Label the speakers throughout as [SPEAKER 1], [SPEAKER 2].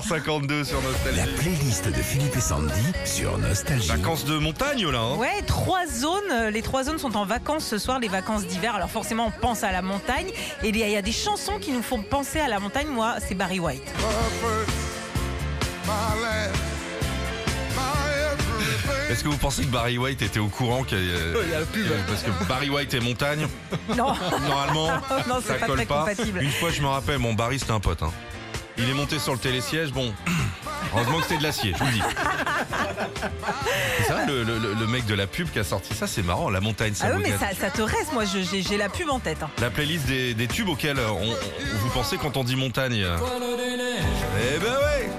[SPEAKER 1] 7h52 sur
[SPEAKER 2] La
[SPEAKER 1] Nostalgie.
[SPEAKER 2] playlist de Philippe et Sandy sur Nostalgie.
[SPEAKER 1] Vacances de montagne là. hein.
[SPEAKER 3] Ouais, trois zones. euh, Les trois zones sont en vacances ce soir, les vacances d'hiver. Alors forcément, on pense à la montagne. Et il y a- il y a des chansons qui nous font penser à la montagne. Moi, c'est Barry White.
[SPEAKER 1] Est-ce que vous pensez que Barry White était au courant qu'il y
[SPEAKER 3] Oh,
[SPEAKER 1] a- euh, Parce que Barry White et montagne,
[SPEAKER 3] Non,
[SPEAKER 1] normalement,
[SPEAKER 3] non,
[SPEAKER 1] ça
[SPEAKER 3] c'est pas
[SPEAKER 1] colle
[SPEAKER 3] très
[SPEAKER 1] pas.
[SPEAKER 3] compatible.
[SPEAKER 1] Une fois, je me rappelle, mon Barry c'était un pote. hein. Il est monté sur le télésiège, bon. Heureusement que c'était de l'acier, je vous le dis. C'est vrai, le, le- le mec de la pub qui a sorti ça, c'est marrant, la montagne, ça
[SPEAKER 3] Ah oui,
[SPEAKER 1] vous
[SPEAKER 3] mais
[SPEAKER 1] gâte.
[SPEAKER 3] ça, ça te reste. Moi, je- j'ai j'ai la pub en tête. hein.
[SPEAKER 1] La playlist des, des tubes auxquels euh, on, on- vous pensez quand on dit montagne. euh. Eh ben ouais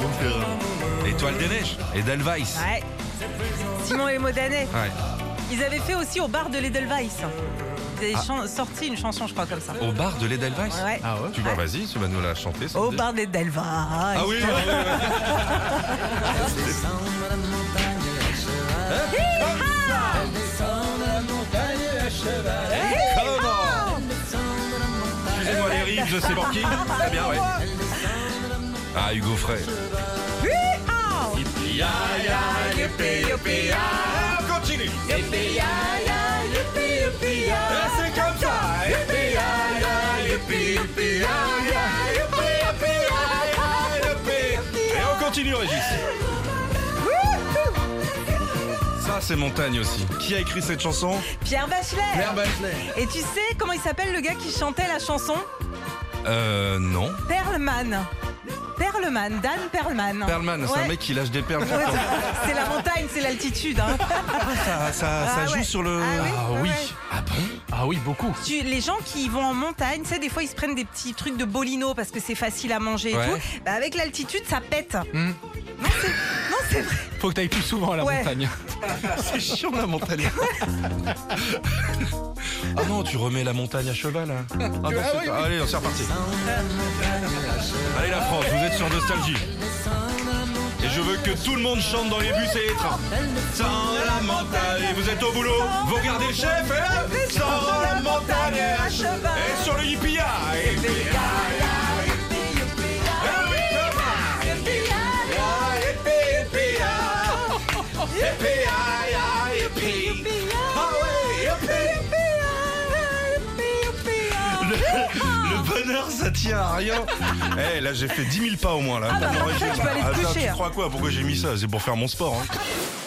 [SPEAKER 1] Donc, euh, Étoile des neiges et Delvice.
[SPEAKER 3] Ouais. Simon et Modanet,
[SPEAKER 1] Ouais.
[SPEAKER 3] ils avaient fait aussi au bar de l'Edelweiss. Ils
[SPEAKER 1] Ah.
[SPEAKER 3] avaient chan- sorti une chanson, je crois, comme ça.
[SPEAKER 1] Au bar de l'Edelweiss
[SPEAKER 3] Ouais.
[SPEAKER 1] Tu vois, vas-y, tu vas nous la chanter. ça
[SPEAKER 3] Au
[SPEAKER 1] te dit.
[SPEAKER 3] bar des Delva.
[SPEAKER 1] Oh. Ah oui, ah oui, oui. Comment Excusez-moi les rimes, je sais pour qui. Très bien, ouais. Ah, Hugo Frey. On continue. Ah, C'est comme ça. Et on continue, Régis. Ça, c'est Montagne aussi. Qui a écrit cette chanson
[SPEAKER 3] Pierre Bachelet. Et tu sais comment il s'appelle le gars qui chantait la chanson
[SPEAKER 1] Euh, non.
[SPEAKER 3] Perlman. Perlman, Dan Perlman.
[SPEAKER 1] Perlman, c'est un
[SPEAKER 3] Ouais.
[SPEAKER 1] mec qui lâche des perles. tout
[SPEAKER 3] Ouais,
[SPEAKER 1] le temps.
[SPEAKER 3] C'est la montagne, c'est l'altitude. hein.
[SPEAKER 1] Ça, ça, ça
[SPEAKER 3] Ah
[SPEAKER 1] joue
[SPEAKER 3] ouais.
[SPEAKER 1] sur le.
[SPEAKER 3] Ah oui, ouais, ouais.
[SPEAKER 1] Ah bon
[SPEAKER 4] Ah oui, beaucoup.
[SPEAKER 3] Tu- les gens qui vont en montagne, tu sais, des fois ils se prennent des petits trucs de bolino parce que c'est facile à manger et
[SPEAKER 1] Ouais.
[SPEAKER 3] tout. Bah, avec l'altitude, ça pète.
[SPEAKER 4] Hmm.
[SPEAKER 3] Non, c'est- non, c'est vrai.
[SPEAKER 4] Faut que t'ailles plus souvent à la
[SPEAKER 3] Ouais.
[SPEAKER 4] montagne.
[SPEAKER 1] C'est chiant la montagne. ah non, tu remets la montagne à cheval. hein. Ah, non, c'est pas- Allez, c'est reparti. Allez la France, vous êtes sur Nostalgie. Et je veux que tout le monde chante dans les bus et les trains. Sans la montagne, et vous êtes au boulot, vous regardez le chef, et là, sans la montagne, et à cheval. et sur le Eh yippie et hein. Mm. Le bonheur, ça tient à rien. Eh, là, j'ai fait 10 000 pas au moins. Là.
[SPEAKER 3] Ah bah,
[SPEAKER 1] Non,
[SPEAKER 3] parfait,
[SPEAKER 1] j'ai-
[SPEAKER 3] tu peux aller te
[SPEAKER 1] Attends,
[SPEAKER 3] coucher,
[SPEAKER 1] tu
[SPEAKER 3] hein.
[SPEAKER 1] crois quoi Pourquoi j'ai mis ça C'est pour faire mon sport. hein.